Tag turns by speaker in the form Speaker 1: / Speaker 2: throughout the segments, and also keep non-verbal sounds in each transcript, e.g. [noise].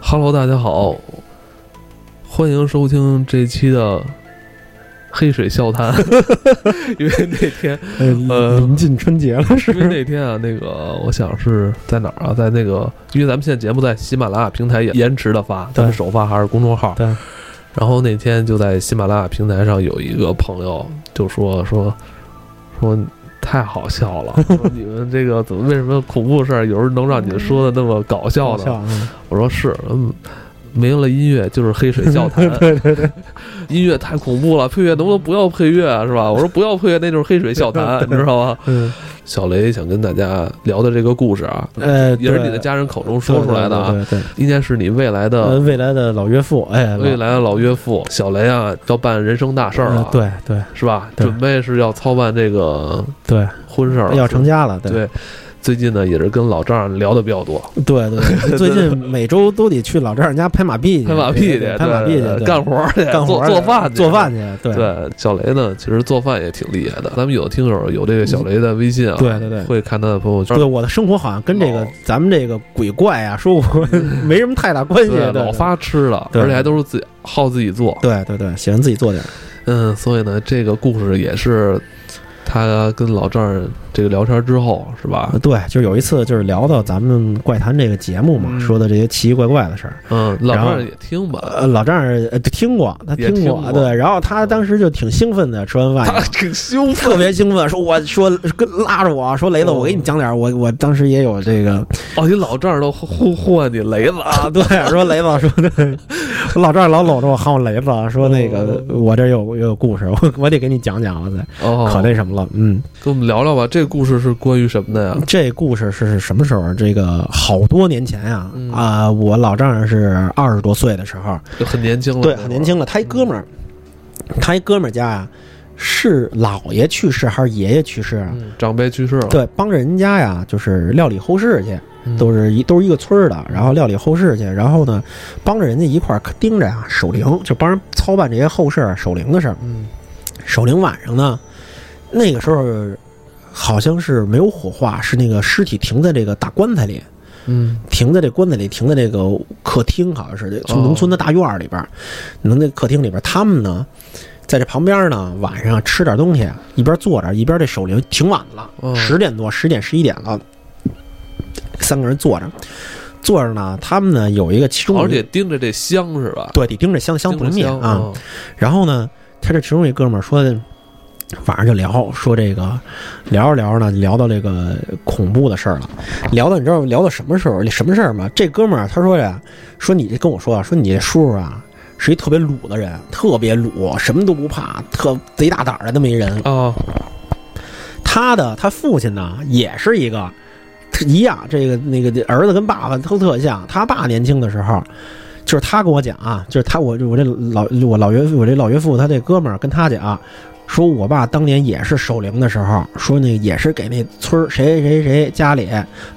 Speaker 1: Hello，大家好，欢迎收听这期的《黑水笑
Speaker 2: [laughs]
Speaker 1: 谈》，因为那天，
Speaker 2: 哎，
Speaker 1: 呃
Speaker 2: 临近春节了，是
Speaker 1: 因为那天啊，那个我想是在哪儿啊，在那个，因为咱们现在节目在喜马拉雅平台也延迟的发，咱们首发还是公众号。
Speaker 2: 对。
Speaker 1: 然后那天就在喜马拉雅平台上有一个朋友就说说说太好笑了，
Speaker 2: [laughs]
Speaker 1: 说你们这个怎么为什么恐怖事儿有时候能让你们说的那么搞笑
Speaker 2: 搞
Speaker 1: 呢？
Speaker 2: 笑嗯
Speaker 1: 我说是，嗯，没了音乐就是黑水
Speaker 2: [laughs]
Speaker 1: 笑谈，
Speaker 2: 对对对，
Speaker 1: 音乐太恐怖了，配乐能不能不要配乐啊，是吧？我说不要配乐，那就是黑水笑谈，你知道吗？
Speaker 2: 嗯，
Speaker 1: 小雷想跟大家聊的这个故事啊，
Speaker 2: 呃，
Speaker 1: 也是
Speaker 2: 对
Speaker 1: 你的家人口中说出来的啊，
Speaker 2: 对对对对
Speaker 1: 应该是你未来
Speaker 2: 呃，
Speaker 1: 的
Speaker 2: 未来的老岳父，哎，
Speaker 1: 未
Speaker 2: 来
Speaker 1: 来的老岳父小雷啊，要办人生大事儿了，，啊
Speaker 2: 嗯呃对对
Speaker 1: 是吧？
Speaker 2: 对
Speaker 1: 准备是要操办这个
Speaker 2: 对，
Speaker 1: 婚事儿了，
Speaker 2: 要成家了，对
Speaker 1: 对。最近呢，也是跟老丈聊的比较多，
Speaker 2: 对
Speaker 1: [laughs]
Speaker 2: 对，最近每周都得去老丈人家拍马屁去，
Speaker 1: 拍马屁去，
Speaker 2: 对拍马屁
Speaker 1: 对
Speaker 2: 去，
Speaker 1: 干活儿去，
Speaker 2: 对干活
Speaker 1: 做
Speaker 2: 儿
Speaker 1: 做饭去，
Speaker 2: 做饭去，对
Speaker 1: 对，小雷呢，其实做饭也挺厉害的。咱们有的听友有这个小雷的微信啊，
Speaker 2: 对对对
Speaker 1: 会看他的朋友圈
Speaker 2: 对，。我的生活好像跟这个
Speaker 1: 老
Speaker 2: 咱们这个鬼怪啊，说我 [laughs] 没什么太大关系，对
Speaker 1: 老发吃的，
Speaker 2: 对
Speaker 1: 而且还都是自己好自己做。
Speaker 2: 对对对，喜欢自己做点儿，
Speaker 1: 嗯，所以呢，这个故事也是他跟老丈人这个聊天之后，是吧？
Speaker 2: 啊对，就是有一次就是聊到咱们怪谈这个节目嘛，
Speaker 1: 嗯
Speaker 2: 说的这些奇奇怪怪的事儿。
Speaker 1: 嗯，老
Speaker 2: 然后
Speaker 1: 丈人也听吧，
Speaker 2: 呃，老丈人呃听过，他
Speaker 1: 也听
Speaker 2: 过，
Speaker 1: 过
Speaker 2: 对。然后他当时就挺兴奋的，吃完
Speaker 1: [laughs] 他
Speaker 2: 饭以后。
Speaker 1: 挺兴奋。
Speaker 2: [laughs] 特别兴奋，说我说跟拉着我说雷子，
Speaker 1: 哦
Speaker 2: 我给你讲点儿，我我当时也有这个
Speaker 1: 哦，你老丈人都呼呼唤你雷子啊！
Speaker 2: 啊，对，说雷子，说对，我 [laughs] 老丈人老搂着我喊我雷子，说那个我这有有故事， [laughs] 我我得给你讲讲，我操，
Speaker 1: 哦，
Speaker 2: [laughs] 可那什么了，嗯，
Speaker 1: 跟我们聊聊吧，这个故事是关于什么的呀？
Speaker 2: 这故事是什么时候？这个好多年前啊
Speaker 1: 嗯
Speaker 2: 啊，我老丈人是二十多岁的时候，
Speaker 1: 就很年轻了，
Speaker 2: 对，很年轻了。他一哥们儿，
Speaker 1: 嗯
Speaker 2: 他一哥们儿家呀，是姥爷去世还是爷爷去世啊？
Speaker 1: 嗯，长辈去世了，
Speaker 2: 对，帮人家呀，就是料理后事去，
Speaker 1: 嗯
Speaker 2: 都是一都是一个村儿的，然后料理后事去，然后呢，帮着人家一块儿盯着呀守灵，就帮人操办这些后事儿守灵的事儿。
Speaker 1: 嗯
Speaker 2: 守灵晚上呢，那个时候好像是没有火化，是那个尸体停在这个大棺材里，
Speaker 1: 嗯
Speaker 2: 停在这棺材里，停在这个客厅，好像是从农村的大院儿里边儿，能、那客厅里边儿，他们呢，在这旁边儿呢，晚上吃点东西，一边坐着，一边这守灵，挺晚了
Speaker 1: 哦，
Speaker 2: 十、点多，十点十一点了，三个人坐着，坐着呢，他们呢有一个其中有
Speaker 1: 而
Speaker 2: 一
Speaker 1: 且盯着这香是吧？
Speaker 2: 对得盯着香香不能灭啊，
Speaker 1: 哦
Speaker 2: 然后呢，他这其中一哥们儿说，晚上就聊说这个，聊着聊着呢，聊到这个恐怖的事儿了，聊到你知道聊到什么时候什么事儿吗？这哥们儿啊他说呀，说你这跟我说啊，说你这叔叔啊。是一特别鲁的人，特别鲁，什么都不怕，特贼大胆儿的那么一人。
Speaker 1: 啊，
Speaker 2: 他的他父亲呢，也是一个特一样，这个那个这儿子跟爸爸都特像。他爸年轻的时候，就是他跟我讲啊，就是他我我这老我老岳父我这老岳父他这哥们儿跟他讲、说我爸当年也是守灵的时候，说那也是给那村儿谁谁谁家里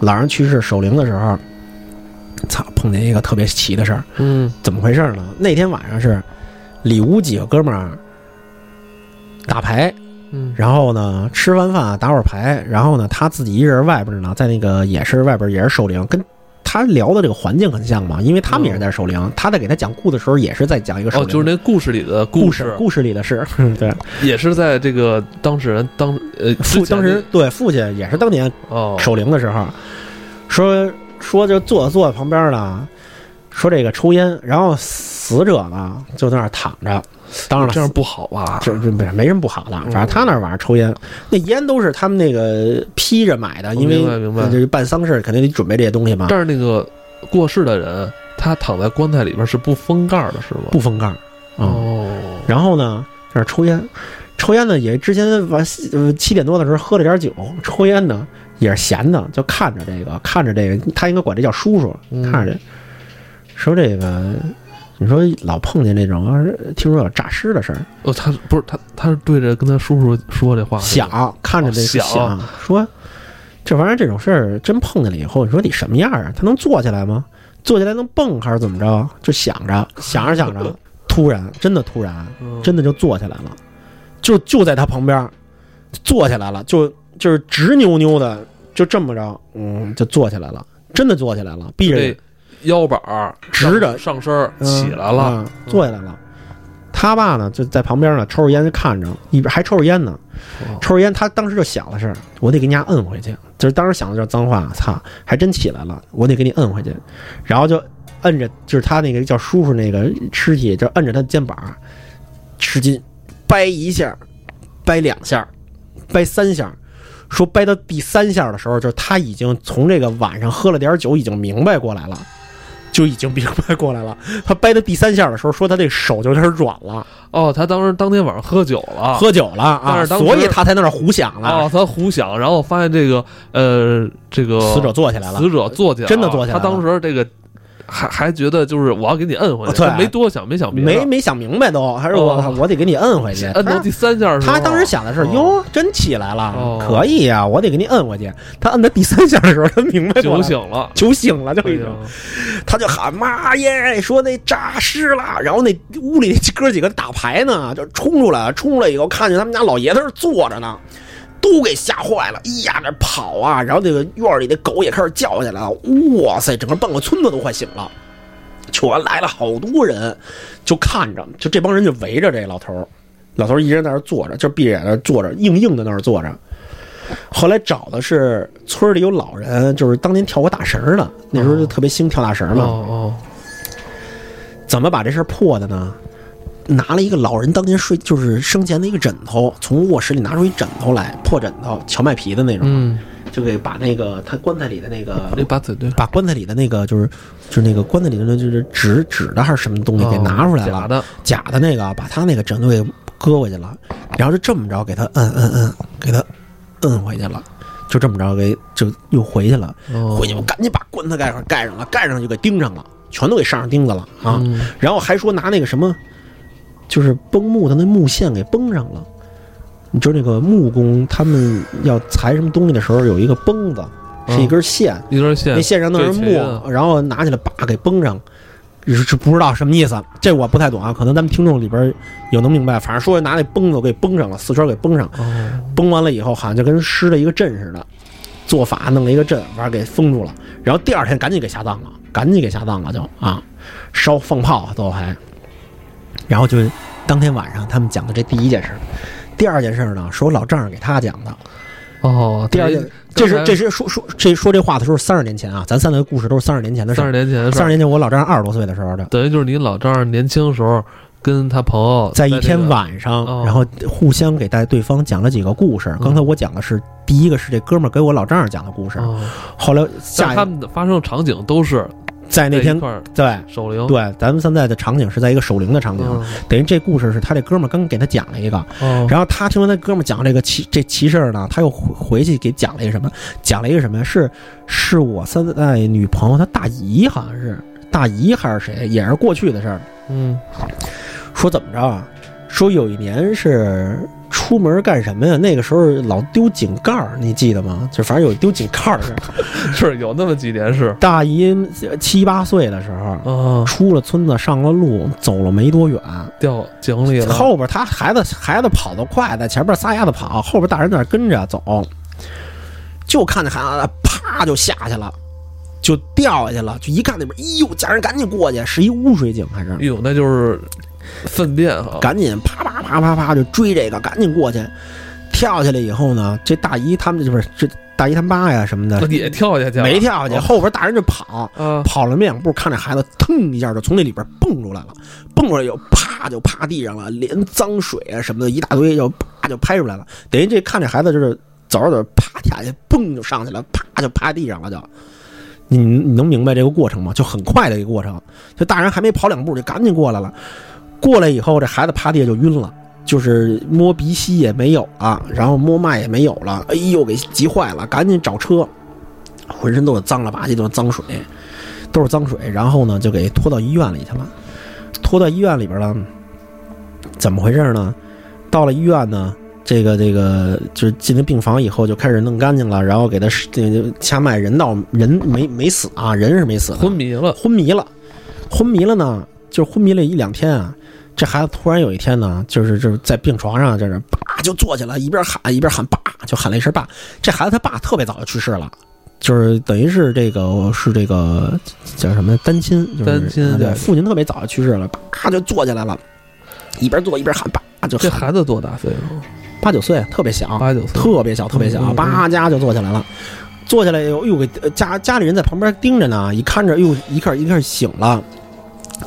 Speaker 2: 老人去世守灵的时候，操碰见一个特别奇的事儿。
Speaker 1: 嗯
Speaker 2: 怎么回事呢？那天晚上是里屋几个哥们儿打牌，
Speaker 1: 嗯
Speaker 2: 然后呢，吃完饭啊打会儿牌，然后呢，他自己一人外边呢，在那个也是外边也是守灵，跟他聊的这个环境很像嘛，因为他们也是在守灵，他在给他讲故的时候也是在讲一个守
Speaker 1: 哦，
Speaker 2: 灵，
Speaker 1: 就是那故事里的
Speaker 2: 故
Speaker 1: 事，
Speaker 2: 故事里的事，对，
Speaker 1: 也是在这个当事人当 [laughs] 呃
Speaker 2: 父
Speaker 1: 之前
Speaker 2: 当
Speaker 1: 的
Speaker 2: 时对父亲也是当年
Speaker 1: 哦
Speaker 2: 守灵的时候，说说就坐坐在旁边呢，说这个抽烟，然后死者呢就在那儿躺着，当然了，
Speaker 1: 哦
Speaker 2: 啊
Speaker 1: 这样不好啊吧？
Speaker 2: 这这没没什么不好的，
Speaker 1: 嗯
Speaker 2: 反正他那儿晚上抽烟，那烟都是他们那个批着买的，
Speaker 1: 我
Speaker 2: 因为
Speaker 1: 哦明白明白
Speaker 2: 呃这办丧事儿肯定得准备这些东西嘛，
Speaker 1: 但是那个过世的人，他躺在棺材里边是不封盖的，是吗？
Speaker 2: 不封盖儿啊。
Speaker 1: 哦，
Speaker 2: 然后呢，在那儿抽烟，抽烟呢也之前晚呃七点多的时候喝了点酒，抽烟呢也是闲的，就看着这个看着这个，他应该管这叫叔叔，
Speaker 1: 嗯
Speaker 2: 看着这，说这个。你说老碰见这种，呃听说有诈尸的事儿，
Speaker 1: 哦，他不是他，他是对着跟他叔叔说这话，是吧
Speaker 2: 想看着这个
Speaker 1: 想
Speaker 2: 想说，这玩意儿这种事儿真碰见了以后，你说你什么样啊？他能坐起来吗？坐起来能蹦还是怎么着？就想着想着
Speaker 1: [laughs]
Speaker 2: 想着，突然真的突然
Speaker 1: 嗯
Speaker 2: 真的就坐起来了，就就在他旁边儿坐起来了，就就是直扭扭的，就这么着，嗯，就坐起来了，真的坐起来了，闭着眼
Speaker 1: 这腰板儿
Speaker 2: 直着
Speaker 1: 上上身儿
Speaker 2: 嗯
Speaker 1: 起来了，
Speaker 2: 嗯坐下来了。他爸呢就在旁边呢，抽着烟就看着，一边还抽着烟呢，
Speaker 1: 哦
Speaker 2: 抽着烟，他当时就想的是，我得给你家摁回去，就是当时想的就是脏话，操，还真起来了，我得给你摁回去，然后就摁着，就是他那个叫叔叔那个尸体，就摁着他肩膀，使劲掰一下，掰两下，掰三下，说掰到第三下的时候，就是他已经从这个晚上喝了点酒，已经明白过来了。就已经明白过来了。他掰到第三下的时候，说他这手就有点软了，
Speaker 1: 哦，他当时当天晚上喝酒了，
Speaker 2: 喝酒了啊，
Speaker 1: 但是当时
Speaker 2: 所以他才那儿胡想了。
Speaker 1: 哦，他胡想，然后发现这个呃，这个
Speaker 2: 死者坐起来了
Speaker 1: 死，者坐起来了，
Speaker 2: 真的坐起来了
Speaker 1: 他当时这个还还觉得就是我要给你摁回去，
Speaker 2: 对
Speaker 1: 他没多想，没想别的，
Speaker 2: 啊没没想明白都，还是我、
Speaker 1: 哦
Speaker 2: 我得给你摁回去。
Speaker 1: 摁到
Speaker 2: 他
Speaker 1: 第三下的时候
Speaker 2: 他当时想的是，
Speaker 1: 哦
Speaker 2: 哟，真起来了，
Speaker 1: 哦
Speaker 2: 可以呀、我得给你摁回去。他摁到第三下的时候，他明白过
Speaker 1: 酒
Speaker 2: 来了。
Speaker 1: 醒了，
Speaker 2: 酒醒了就
Speaker 1: 哎
Speaker 2: 已
Speaker 1: 呀
Speaker 2: 经，他就喊妈耶，说那诈尸了。然后那屋里那哥几个打牌呢，就冲出来了，冲出来以后看见他们家老爷在那儿坐着呢，都给吓坏了。哎呀，这跑啊！然后那个院里的狗也开始叫起来了。哇塞，整个半个村子都快醒了，全来了好多人，就看着，就这帮人就围着这老头儿。老头儿一人在那儿坐着，就闭着眼在那儿坐着，硬硬的那儿坐着。后来找的是村儿里有老人，就是当年跳过大绳儿的，那时候就特别兴跳大绳儿
Speaker 1: 哦
Speaker 2: 嘛。
Speaker 1: 哦，
Speaker 2: 怎么把这事儿破的呢？拿了一个老人当年睡就是生前的一个枕头，从卧室里拿出一枕头来，破枕头，荞麦皮的那种，
Speaker 1: 嗯，
Speaker 2: 就给把那个他棺材里的那个
Speaker 1: 你把嘴对，
Speaker 2: 把棺材里的那个就是就是那个棺材里的那就是纸纸的还是什么东西给
Speaker 1: 哦
Speaker 2: 拿出来了，
Speaker 1: 假的，
Speaker 2: 假的那个，把他那个枕头给搁回去了，然后就这么着给他摁摁摁，给他摁回去了，就这么着给就又回去了，
Speaker 1: 哦
Speaker 2: 回去我赶紧把棺材盖上盖上了，盖上就给钉上了，全都给上上钉子了啊，
Speaker 1: 嗯
Speaker 2: 然后还说拿那个什么，就是绷木的那木线给绷上了。你知道那个木工他们要裁什么东西的时候有一个绷子，是
Speaker 1: 哦
Speaker 2: 一根线，
Speaker 1: 一根线
Speaker 2: 那，线上弄是
Speaker 1: 对齐啊的
Speaker 2: 木，然后拿起来叭给绷上，是是不知道什么意思，这我不太懂啊，可能咱们听众里边有能明白，反正说拿那绷子给绷上了，四圈给绷上，
Speaker 1: 哦，
Speaker 2: 绷完了以后好像就跟施了一个阵似的，做法弄了一个阵，完给封住了，然后第二天赶紧给下葬了，赶紧给下葬了就啊，烧放炮啊都还，然后就当天晚上他们讲的这第一件事儿，第二件事儿呢是我老丈人给他讲的，
Speaker 1: 哦，
Speaker 2: 第二
Speaker 1: 这
Speaker 2: 件这是
Speaker 1: 刚才
Speaker 2: 这是说说这说这话的时候三十年前啊，咱三个故事都是三十年前的事
Speaker 1: 三十
Speaker 2: 儿。
Speaker 1: 年前的事
Speaker 2: 三
Speaker 1: 儿
Speaker 2: 十，年前我老丈人二十多岁的时候的，
Speaker 1: 等于就是你老丈人年轻时候跟他朋友
Speaker 2: 在
Speaker 1: 这
Speaker 2: 一
Speaker 1: 个
Speaker 2: 天晚上，
Speaker 1: 哦嗯
Speaker 2: 然后互相给带对方讲了几个故事。刚才我讲的是第一个是这哥们儿给我老丈人讲的故事，
Speaker 1: 哦
Speaker 2: 后来
Speaker 1: 但
Speaker 2: 下
Speaker 1: 是
Speaker 2: 一
Speaker 1: 他
Speaker 2: 个
Speaker 1: 们的发生场景都是
Speaker 2: 在那
Speaker 1: 在一
Speaker 2: 天
Speaker 1: 块儿
Speaker 2: 对
Speaker 1: 守灵，
Speaker 2: 对，咱们现在的场景是在一个守灵的场景，
Speaker 1: 嗯，
Speaker 2: 等于这故事是他这哥们儿刚给他讲了一个，
Speaker 1: 哦，
Speaker 2: 然后他听完他哥们儿讲这个奇这奇事儿呢，他又回回去给讲了一个什么，讲了一个什么呀是是我现在女朋友她大姨好像是大姨还是谁，也是过去的事儿，
Speaker 1: 嗯，
Speaker 2: 说怎么着啊？说有一年是出门干什么呀？那个时候老丢井盖儿，你记得吗？就反正有丢井盖儿的事儿。
Speaker 1: [laughs] 是有那么几年是，
Speaker 2: 大姨七八岁的时候，
Speaker 1: 啊，
Speaker 2: 出了村子，上了路，走了没多远，
Speaker 1: 掉井里了，
Speaker 2: 后边他孩子孩子跑得快，在前边撒丫子跑，后边大人在那儿跟着走，就看见孩子啪就下去了，就掉下去了，就一看那边，哎呦，家人赶紧过去，是一污水井还是？
Speaker 1: 哟，哎那就是粪便哈，
Speaker 2: 赶紧啪啪啪啪啪就追这个，赶紧过去，跳下来以后呢，这大姨他们这不是这大姨他妈呀什么的，
Speaker 1: 也跳下去了，
Speaker 2: 没跳下去，
Speaker 1: 哦
Speaker 2: 后边大人就跑，
Speaker 1: 啊，
Speaker 2: 跑了没两步，看这孩子腾一下就从那里边蹦出来了，蹦出来以后啪就趴地上了，连脏水啊什么的一大堆就啪就拍出来了。等于这看这孩子就是走着走着啪跳下去，蹦就上去了，啪就趴地上了就。你你能明白这个过程吗？就很快的一个过程，就大人还没跑两步就赶紧过来了，过来以后这孩子趴地下就晕了。就是摸鼻息也没有了，然后摸脉也没有了，哎呦，给急坏了，赶紧找车，浑身都是脏了吧唧，都是脏水，都是脏水。然后呢，就给拖到医院里去了。拖到医院里边了，怎么回事呢？到了医院呢，这个这个就是进了病房以后就开始弄干净了，然后给他这个掐脉，人到人没没死啊，人是没死的，
Speaker 1: 昏迷了，
Speaker 2: 昏迷了，昏迷了呢，就是昏迷了一两天啊。这孩子突然有一天呢，就是就是在病床上，就是叭就坐起来，一边喊一边喊爸，就喊了一声爸。这孩子他爸特别早就去世了，就是等于是这个是这个叫什么单亲，就是、
Speaker 1: 单亲
Speaker 2: 啊对，
Speaker 1: 对
Speaker 2: 父亲特别早就去世了，叭就坐下来了，一边坐一边喊，叭就
Speaker 1: 这
Speaker 2: 喊
Speaker 1: 孩子多大岁数？
Speaker 2: 八九岁，特别小，
Speaker 1: 八九岁，
Speaker 2: 特别小，特别小，
Speaker 1: 嗯嗯
Speaker 2: 叭家就坐起来了。坐下来以后，又给呃家家里人在旁边盯着呢，一看着，又一看一看醒了，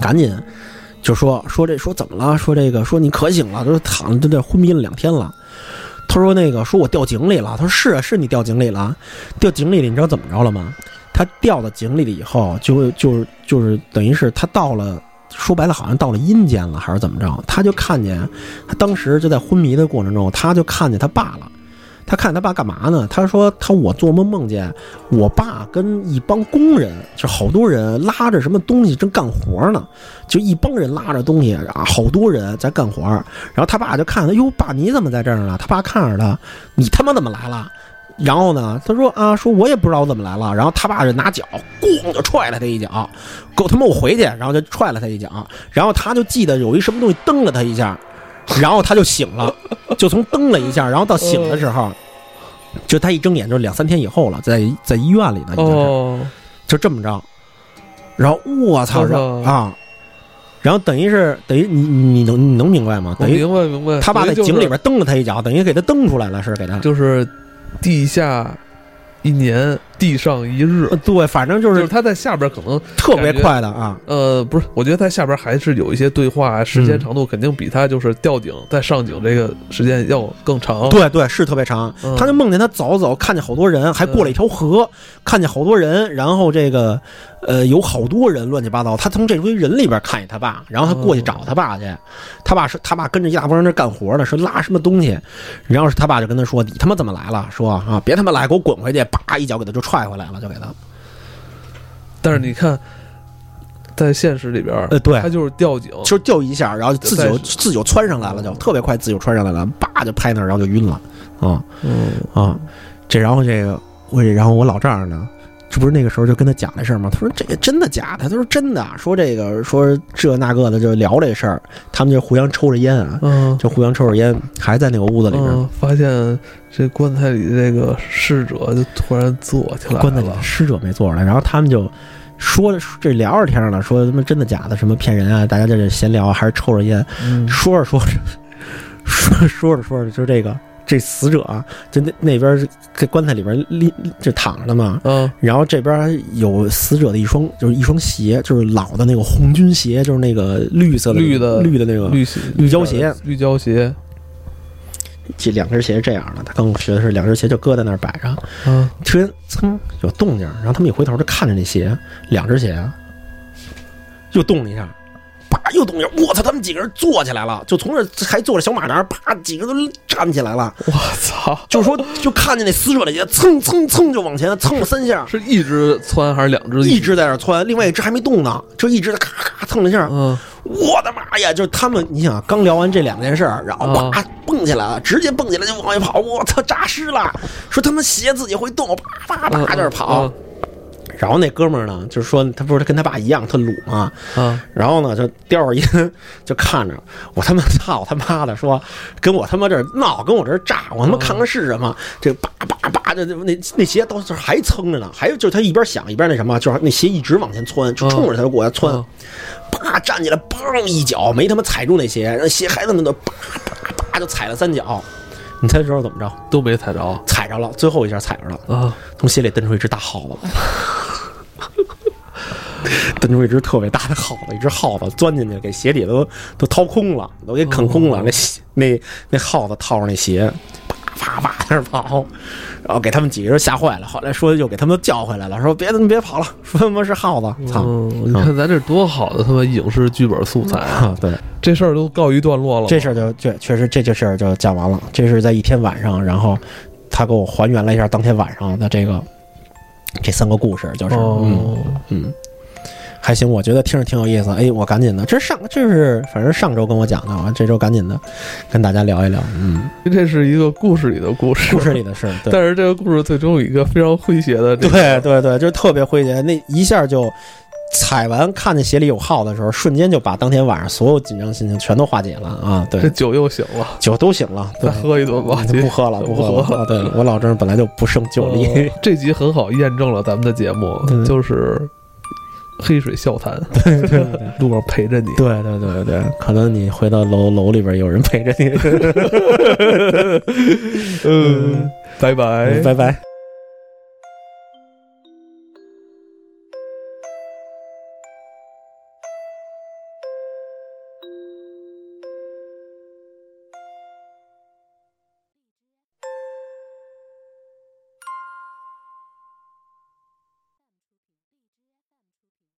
Speaker 2: 赶紧就说说这说怎么了？说这个说你可醒了，都躺都在昏迷了两天了。他说那个说我掉井里了。他说是啊，是你掉井里了，掉井里了，你知道怎么着了吗？他掉到井里了以后，就就就是等于是他到了，说白了好像到了阴间了，还是怎么着？他就看见他当时就在昏迷的过程中，他就看见他爸了。他看他爸干嘛呢？他说他我做梦梦见我爸跟一帮工人，就好多人拉着什么东西正干活呢，就一帮人拉着东西啊，好多人在干活。然后他爸就看他，哟爸你怎么在这儿呢？他爸看着他，你他妈怎么来了？然后呢，他说啊，说我也不知道我怎么来了。然后他爸就拿脚咣就踹了他一脚，狗他妈我回去，然后就踹了他一脚。然后他就记得有一什么东西蹬了他一下，然后他就醒了，就从蹬了一下，然后到醒的时候，就他一睁眼就是两三天以后了，在在医院里呢，已经是。
Speaker 1: 哦，
Speaker 2: 就这么着。然后我操，
Speaker 1: 我操
Speaker 2: 然后啊，然后等于是等于你你你能你能明白吗？
Speaker 1: 我
Speaker 2: 等于
Speaker 1: 明白明白。
Speaker 2: 哎他爸在
Speaker 1: 等于就是
Speaker 2: 井里边蹬了他一脚，等于给他蹬出来了，是给他。
Speaker 1: 就是地下一年，地上一日
Speaker 2: 呃，对，反正就
Speaker 1: 就是
Speaker 2: 是
Speaker 1: 他在下边可能
Speaker 2: 特别快的啊，
Speaker 1: 呃，不是，我觉得在下边还是有一些对话，啊时
Speaker 2: 嗯
Speaker 1: 间长度肯定比他就是吊井再上井这个时间要更长。
Speaker 2: 对对是特别长。
Speaker 1: 嗯
Speaker 2: 他就梦见他走走，看见好多人，还过了一条河，看见好多人，然后这个呃有好多人乱七八糟。他从这堆人里边看见他爸，然后他过去找他爸去，他爸是他爸跟着一大帮人那干活呢，是拉什么东西，然后是他爸就跟他说：“你他妈怎么来了？说啊，别他妈来，给我滚回去！”叭一脚给他就踹回来了，就给他。
Speaker 1: 但是你看，在现实里边，
Speaker 2: 呃，对
Speaker 1: 他，就是吊井，
Speaker 2: 就就一下，然后自己就
Speaker 1: 但
Speaker 2: 自己就窜上来了，就特别快，自己就窜上来了，叭就拍那儿，然后就晕了，啊、
Speaker 1: 嗯，
Speaker 2: 啊，这然后这个我这然后我老丈人呢，这不是那个时候就跟他讲这事儿吗？他说这个真的假的？他说真的，啊说这个说这那个的就聊这事儿，他们就互相抽着烟啊，
Speaker 1: 嗯，
Speaker 2: 就互相抽着烟，还在那个屋子里边。
Speaker 1: 嗯，发现这棺材里这个逝者就突然坐起来
Speaker 2: 棺材里
Speaker 1: 了
Speaker 2: 的，尸者没坐出来，然后他们就说着这聊着天儿呢，说他妈真的假的，什么骗人啊，大家在这闲聊啊，还是抽着烟，
Speaker 1: 嗯
Speaker 2: 说着说着， [laughs] 说着说着说着，就这个这死者啊，就那那边儿这棺材里边儿立就躺着呢嘛，
Speaker 1: 啊，
Speaker 2: 然后这边有死者的一双，就是一双鞋，就是老的那个红军鞋，就是那个绿色的
Speaker 1: 绿的
Speaker 2: 绿的那个。
Speaker 1: 绿鞋、
Speaker 2: 嗯绿胶鞋，
Speaker 1: 绿胶鞋，
Speaker 2: 这两只鞋是这样的，他跟我学的是两只鞋就搁在那儿摆着，
Speaker 1: 啊，
Speaker 2: 突然噌有动静，然后他们一回头就看着那鞋，两只鞋又动了一下，啪又动一下，我操！他们几个人坐起来了，就从这还坐着小马扎，啪几个都站起来了，
Speaker 1: 我操！
Speaker 2: 就说就看见那死者的鞋蹭蹭蹭就往前蹭了三下，
Speaker 1: 是一只窜还是两只？
Speaker 2: 一，直在那儿窜，另外一只还没动呢，就一直在咔咔蹭了一下，
Speaker 1: 嗯，
Speaker 2: 我的妈呀！就是他们，你想刚聊完这两件事儿，然后
Speaker 1: 啊
Speaker 2: 哇蹦起来了，直接蹦起来就往外跑，我操扎尸了！说他们鞋自己会动，啪啪
Speaker 1: 啊嗯
Speaker 2: 啪在那儿跑。然后那哥们儿呢，就是说他不是跟他爸一样，他鲁嘛，
Speaker 1: 嗯啊，
Speaker 2: 然后呢就叼着烟就看着 [laughs] 我他妈操他妈的说跟我他妈这儿闹，跟我这儿炸，我他妈看看是什么？这叭叭叭的，这那那鞋到这儿还撑着呢，还有就是他一边想一边那什么，就是那鞋一直往前窜，就冲着他就往下窜。
Speaker 1: 嗯
Speaker 2: 啪站起来，梆一脚没他妈踩住那鞋，然后鞋还在那啪啪啪就踩了三脚。你猜这时候怎么着？
Speaker 1: 都没踩着
Speaker 2: 踩着了，最后一下踩着了，
Speaker 1: 啊，
Speaker 2: 从鞋里蹬出一只大耗子，蹬出一只特别大的耗子，一只耗子钻进去，给鞋底都都掏空了，都给啃空了。那鞋那那耗子套着那鞋，啪啪啪在那儿跑，然后给他们几个人吓坏了。后来说又给他们叫回来了，说别你别跑了，说他妈是耗子，操！
Speaker 1: 嗯，你看咱这多好的他妈影视剧本素材啊！
Speaker 2: [laughs] 啊，对，
Speaker 1: 这事儿都告一段落了吗，
Speaker 2: 这事儿就确确实这件事儿就讲完了。这是在一天晚上，然后他给我还原了一下当天晚上的这个这三个故事，就是、嗯
Speaker 1: 哦，
Speaker 2: 嗯，还行，我觉得听着挺有意思。哎，我赶紧的，这是上这是反正上周跟我讲的，啊，这周赶紧的跟大家聊一聊。嗯，
Speaker 1: 这是一个故事里的故事，
Speaker 2: 故事里的事儿，对
Speaker 1: 但是这个故事最终有一个非常诙谐的这个，
Speaker 2: 对对对，就是特别诙谐，那一下就踩完看见鞋里有号的时候，瞬间就把当天晚上所有紧张心情全都化解了啊！
Speaker 1: 这
Speaker 2: 对，
Speaker 1: 酒又醒了，
Speaker 2: 酒都醒了，对
Speaker 1: 再，喝一顿吧。
Speaker 2: 就不喝了，
Speaker 1: 不
Speaker 2: 不喝
Speaker 1: 喝
Speaker 2: 了。啊对我老丈人本来就不胜酒力
Speaker 1: 呃， [laughs] 这集很好验证了咱们的节目，
Speaker 2: 嗯
Speaker 1: 就是黑水笑谈，
Speaker 2: [laughs] 对对对
Speaker 1: 路上陪着你。
Speaker 2: 对对对对，可能你回到楼楼里边有 [laughs] 人陪着你。
Speaker 1: [laughs] 嗯，拜拜，
Speaker 2: 拜拜。